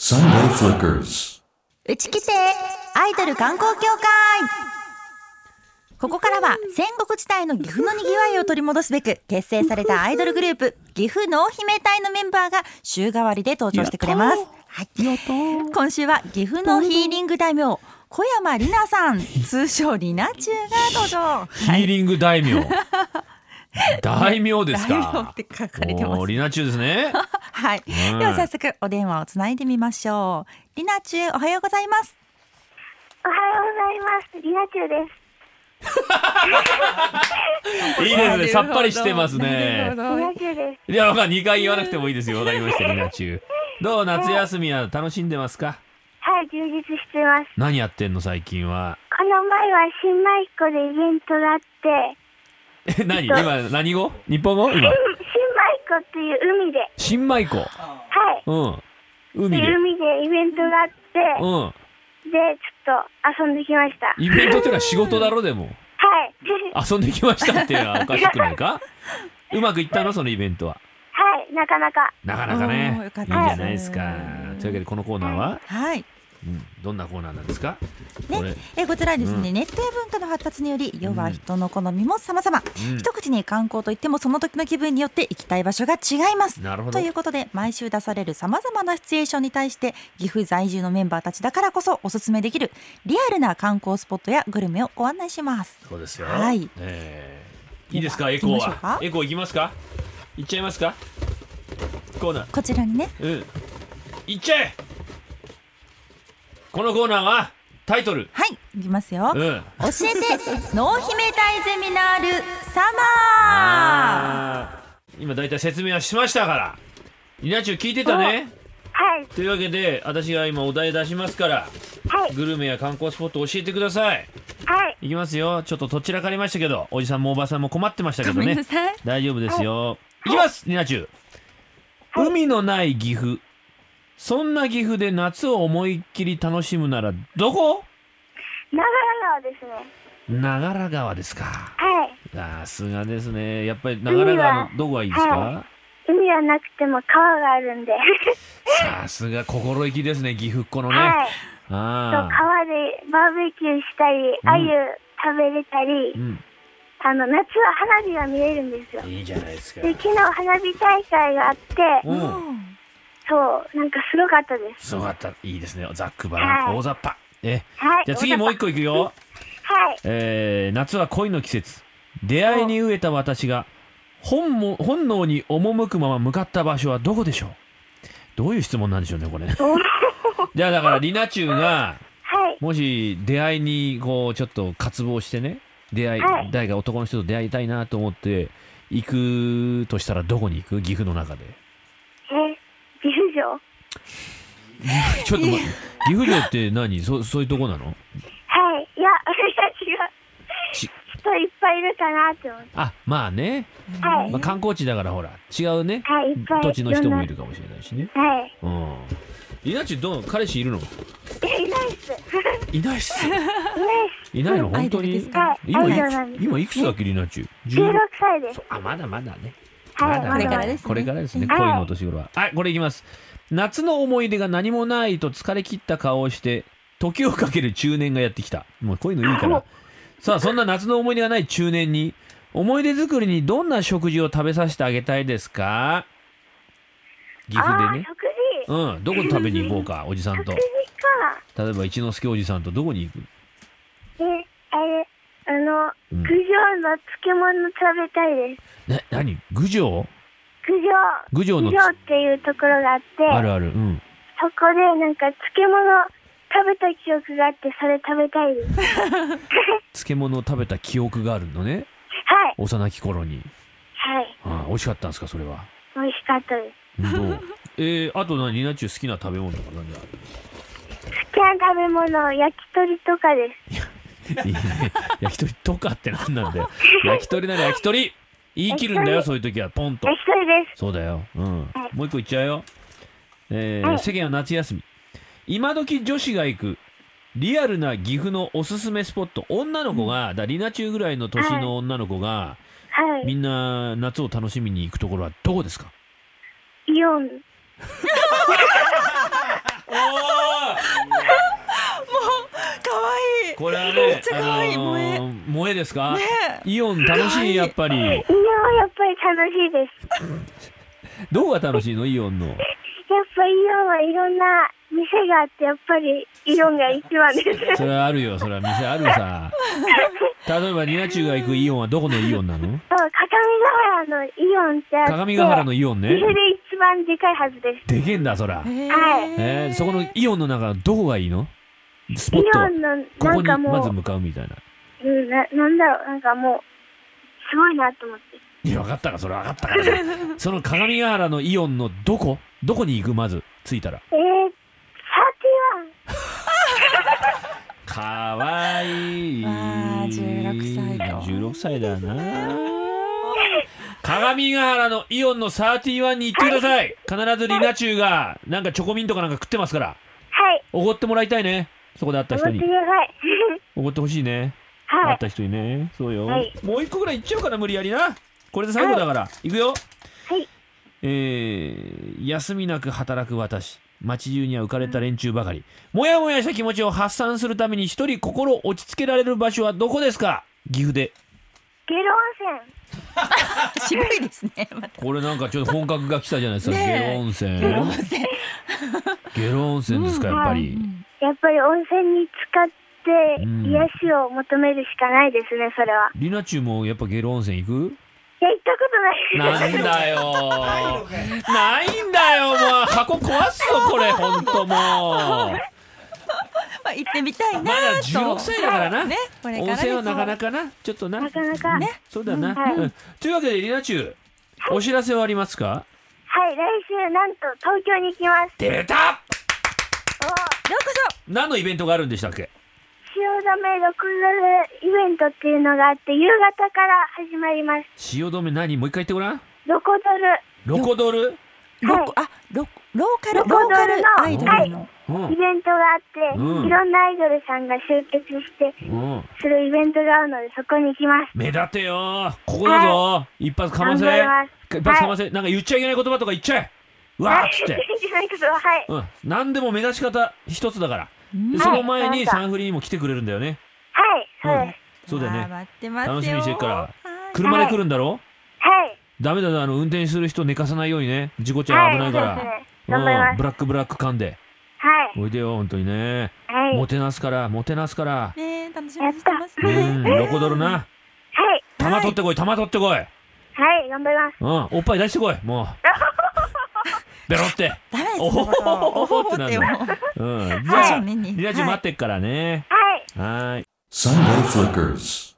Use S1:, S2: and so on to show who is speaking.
S1: Sunday Flickers.
S2: うちきてアイドル観光協会ここからは戦国時代の岐阜のにぎわいを取り戻すべく結成されたアイドルグループ岐阜濃姫隊のメンバーが週替わりで登場してくれます、はい、今週は岐阜のヒーリング大名小山里奈さん通称里奈中が登場
S3: ヒーリング大 名。大名です
S2: 大名っ
S3: か。
S2: て書かれてます
S3: おーリナチュウで すね。
S2: はい、
S3: うん
S2: では早速お電話をつないでみましょう里奈中おはようございます
S4: おはようございます。リナチュウです。
S3: いいですね。さっぱりしてます
S2: な
S3: ね
S2: る。ほ
S4: リ
S2: ど
S4: ナチュウです。
S3: いや、わかん二回言わなくてもいいですよ。わかりました。リナチュウ。どう夏休みは楽しんでますか。
S4: はい、充実してます。
S3: 何やってんの最近は。
S4: この前は新米湖でイベントがあって、
S3: え、何今何語？日本語？今。
S4: 新米湖っていう海で、
S3: 新米湖。
S4: はい、
S3: うん。海で。
S4: 海でイベントがあって、
S3: うん。
S4: で、ちょっと遊んできました。
S3: イベントってのは仕事だろでも。
S4: はい、
S3: 遊んできましたっていうのはおかしくないか。うまくいったのそのイベントは。
S4: はい、なかなか。
S3: なかなか
S2: おー
S3: ね
S2: よ、
S3: い
S2: か
S3: い
S2: っ
S3: んじ
S2: たです
S3: ゃないですか。というわけで、このコーナーは、
S2: はい
S3: うんどんなコーナーなんですか。これ
S2: ね、えこちらはですね、
S3: う
S2: 熱帯文化の発達により世は人の好みも様々、
S3: うん
S2: 一口に観光といってもその時の気分によって行きたい場所が違います
S3: なるほど
S2: ということで毎週出される様々なシチュエーションに対して岐阜在住のメンバーたちだからこそおすすめできるリアルな観光スポットやグルメをご案内します
S3: そうですよ。
S2: はい
S3: えーいいです
S2: では
S3: か、エコー
S2: 行きましょうか
S3: は。エコー行きますか。行っちゃいますか。コーナー。
S2: こちらにね
S3: うん。行っちゃえ。このコーナーは、タイトル。
S2: はい行きますよ、
S3: う
S2: 教
S3: ん。
S2: えて濃姫大ゼミナールサマー
S3: あー今だいたい説明はしましたから。イナチュ聞いてたね。
S4: はい、
S3: というわけで、私が今お題出しますから。
S4: はい、
S3: グルメや観光スポット教えてください。
S4: はい、
S3: いきますよ。ちょっととっちらかりましたけど、おじさんもおばさんも困ってましたけど
S2: ごめん
S3: ね
S2: な。さい
S3: 大丈夫ですよ。いきます、りなちゅう。海のない岐阜。そんな岐阜で夏を思いっきり楽しむなら、どこ
S4: 長良川ですね。
S3: 長良川ですか。
S4: はい、
S3: さすがですね。やっぱり長良川のどこがいいです
S4: は
S3: か
S4: 海はなくても川があるんで、
S3: さすが心意気ですね、岐阜っ子のね。
S4: はい、と
S3: ああ。
S4: 川でバーベキューしたり、
S3: ん
S4: 鮎食べれたり
S3: う、ん。
S4: あの夏は花火が見れるんですよ。
S3: いいじゃないですか。
S4: で昨日花火大会があって、
S3: うん。
S4: そうなんかすごかったです。
S3: すごかった。いいですね。ザックバラ
S4: は
S3: ン、
S4: い
S3: 大雑把。え。
S4: はい。
S3: じゃあ次もう一個いくよ。
S4: はい。
S3: えー夏は恋の季節出会いに飢えた私が本も本能に赴くまま向かった場所はどこでしょうどういう質問なんでしょうね これじゃあだからリナチュウが
S4: はい。
S3: もし出会いにこうちょっと渇望してね出会い、
S4: はい
S3: 誰か男の人と出会いたいなと思って行くとしたらどこに行く岐阜の中で
S4: え、岐阜城
S3: ちょっと待って岐阜城って何そそういうとこなの
S4: はい。いや、いや違う。
S3: ち
S4: 人いっぱいいるかなって思って。
S3: あまあね、
S4: はい
S3: まあ、。観光地だからほら違うね
S4: はい。いっぱい。
S3: 土地の人もい
S4: る。
S3: るかもしれないしね
S4: はい。
S3: うん。いなちどう彼氏いるの？
S4: え、いないっ す。い
S3: いないっす。
S4: ないっ
S3: いないの
S2: アイ
S3: 本
S2: ド
S3: 当
S2: ルです
S3: に。
S2: か
S4: はい。
S3: 今い
S4: アイドルなんで
S3: く
S4: す
S3: 今いくつだっけりなちゅう？
S4: す。16歳です。
S3: あまだまだね。
S4: は
S3: ま
S4: い。
S3: だ
S2: こ
S3: ま
S2: れ
S3: だ
S2: からですね
S3: これからですね。
S4: はい
S3: 恋のお年頃は。はいこれいきます。夏の思い出が何もないと疲れ切った顔をして時をかける中年がやってきた。もうこういうのいいから。さあそんな夏の思い出がない中年に思い出作りにどんな食事を食べさせてあげたいですか？岐阜
S4: あ
S3: で
S4: ー
S3: ね。
S4: 食事。
S3: うん、どこ食べに行こうか、おじさんと
S4: 食。事か。
S3: 例えば一之輔おじさんとどこに行く
S4: え、あれ、あの、
S3: うん
S4: 郡上の漬物食べたいです。
S3: な何郡上
S4: 郡上。
S3: 郡上の
S4: 郡上っていうところがあって。
S3: あるあるうん
S4: そこでなんか漬物食べた記憶があってそれ食べたいです。
S3: 漬物を食べた記憶があるのね
S4: はい
S3: 幼き頃に
S4: はい
S3: ああ美味しかったんですかそれは
S4: 美味しかったで
S3: うんど うえー、あと何リナチュウ好きな食べ物とか何だ
S4: す。好きな食べ物焼き鳥とかです。
S3: いいね焼き鳥とかって何なんだよ焼き鳥なら焼き鳥言い切るんだよ
S4: 焼き
S3: そういう時はポンと
S4: 焼き鳥です。
S3: そうだようん
S4: い
S3: もう一個いっちゃうよえー
S4: はい
S3: 世間は夏休み今時女子が行くリアルな岐阜のおすすめスポット女の子がだリナチュウぐらいの年の女の子が、
S4: は
S3: み
S4: い。
S3: んな夏を楽しみに行くところはどこですか
S4: イオン。
S2: 愛い
S3: これはね
S2: めっちゃ可愛い
S3: あのー
S2: 萌
S3: 萌えですか、
S2: ねえ
S3: イオン楽
S2: 可
S3: し
S2: 愛
S3: い
S2: い
S3: やっぱり
S4: いややっぱり楽しいです。
S3: どこが楽しいのイオンの
S4: やっぱイオンはいろんな店があって、やっぱりイオンが一番です。
S3: それはあるよそれは店ある さ例えばニナチューが行くイオンはどこのイオンなの
S4: そう、鏡ヶ原のイオンってあって、
S3: 鏡ヶ原のイオンね
S4: 店で一番でかいはずです。
S3: でけえんだそら
S2: え、
S4: はい
S3: えーそこのイオンの中のどこがいいのス
S4: イ
S3: ポット
S4: オ
S3: は
S4: ンの、
S3: こ
S4: な
S3: こ
S4: ん
S3: に
S4: かもう、
S3: まず向かうみたいな
S4: うん、ななんだろう、なんかもう、すごいなと思って。
S3: いや分かったかそれ分かった からその鏡ヶ原のイオンのどこどこに行くまず着いたら
S4: えー、
S3: かわいい
S2: わあ16歳か
S3: 16歳だな鏡ヶ原のイオンのサーティワンに行ってください必ずリナチューがなんかチョコミントかなんか食ってますから
S4: はい、
S3: おごってもらいたいねそこで会った
S4: お
S3: 人
S4: 待ち
S3: に
S4: ください。
S3: おごってほしいね
S4: は
S3: 会っ
S4: い、
S3: た人にねそうよ、
S4: はい
S3: もう一個ぐらい行っちゃうかな無理やりなこれで最後だから、い、くよ
S4: はい
S3: えー休みなく働く私街中には浮かれた連中ばかりもやもやした気持ちを発散するために一人心を落ち着けられる場所はどこですか岐阜で
S4: 下呂温泉。
S2: 渋いですね。 ま
S3: これなんかちょっと本格が来たじゃないですか、
S2: ねえ
S3: ゲロ温泉
S2: た温泉
S3: ゲロ温泉ですかやっぱり、
S4: やっぱり温泉に使って
S3: うん
S4: 癒しを求めるしかないですね、それは。
S3: リナチュもやっぱゲロ温泉行く
S4: いや、行ったことないです。
S3: なんだよないんだよもう箱壊すぞこれほんともう
S2: まあ行ってみたいなと。
S3: まだ16歳だからな、
S2: ね、これから
S3: 温
S2: です
S3: 泉はなかなかなちょっとな
S4: なかなか。
S3: そうだな、
S4: はい
S3: うんというわけでリナチュお知らせはありますか
S4: はい、来週、なんと東京に行きます。
S3: 出た
S4: お
S2: ようこそ。
S3: 何のイベントがあるんでしたっけ
S4: 汐留ロクロールイベントっていうのがあって、夕方から始まります。
S3: 汐留何もう一回言ってごらん
S4: ロコドル
S3: ロコドル、
S2: ロコあロローカル
S4: ロコドル
S2: ロー
S4: の
S2: カルアイドルの、
S3: うん
S4: イベントがあって、
S3: うん
S4: いろんなアイドルさんが集結して、
S3: うん、
S4: するイベントがあるので、そこに行きます。
S3: 目立てよここだぞ、一発かませ
S4: 頑張ります
S3: 一発かませ、なんか言っちゃいけない言葉とか言っちゃえうわーっつっ
S4: は
S3: て、。
S4: いじゃないけどはい。
S3: うん、何でも目立ち方一つだから、
S2: うん
S3: でその前
S4: はい
S3: にサンフリーにも来てくれるんだよね、
S4: はい、そううんです。、
S3: そうだよ
S2: わあ
S3: ね
S2: 待ってますよ。
S3: 楽しみにしてるから
S2: はい
S3: 車で来るんだろ、
S4: はい。
S3: ダメだなあの運転する人寝かさないようにね事故ちゃう危ないから、
S4: はいそうですね頑張ります
S3: うん、ブラックブラック噛んで
S4: はい。
S3: おいでよ本当にね、
S4: はい。
S3: もてなすからもてなすから
S2: ねえ楽しみにしてます
S3: う
S2: ね。
S3: んロコドルな
S4: はい。
S3: 玉取ってこい玉取ってこい、
S4: はい、頑張ります。
S3: うん、おっぱい出してこいも うベロって
S2: ダメです
S3: お
S2: よ。
S3: ほほほほほってなるんだ
S2: おほほほって
S3: うんじ
S2: 最
S3: ゃあ
S2: 初にね
S3: リラジ
S2: はい
S3: 待ってっからね
S4: はい。
S3: はーい
S1: Sunday Flickers.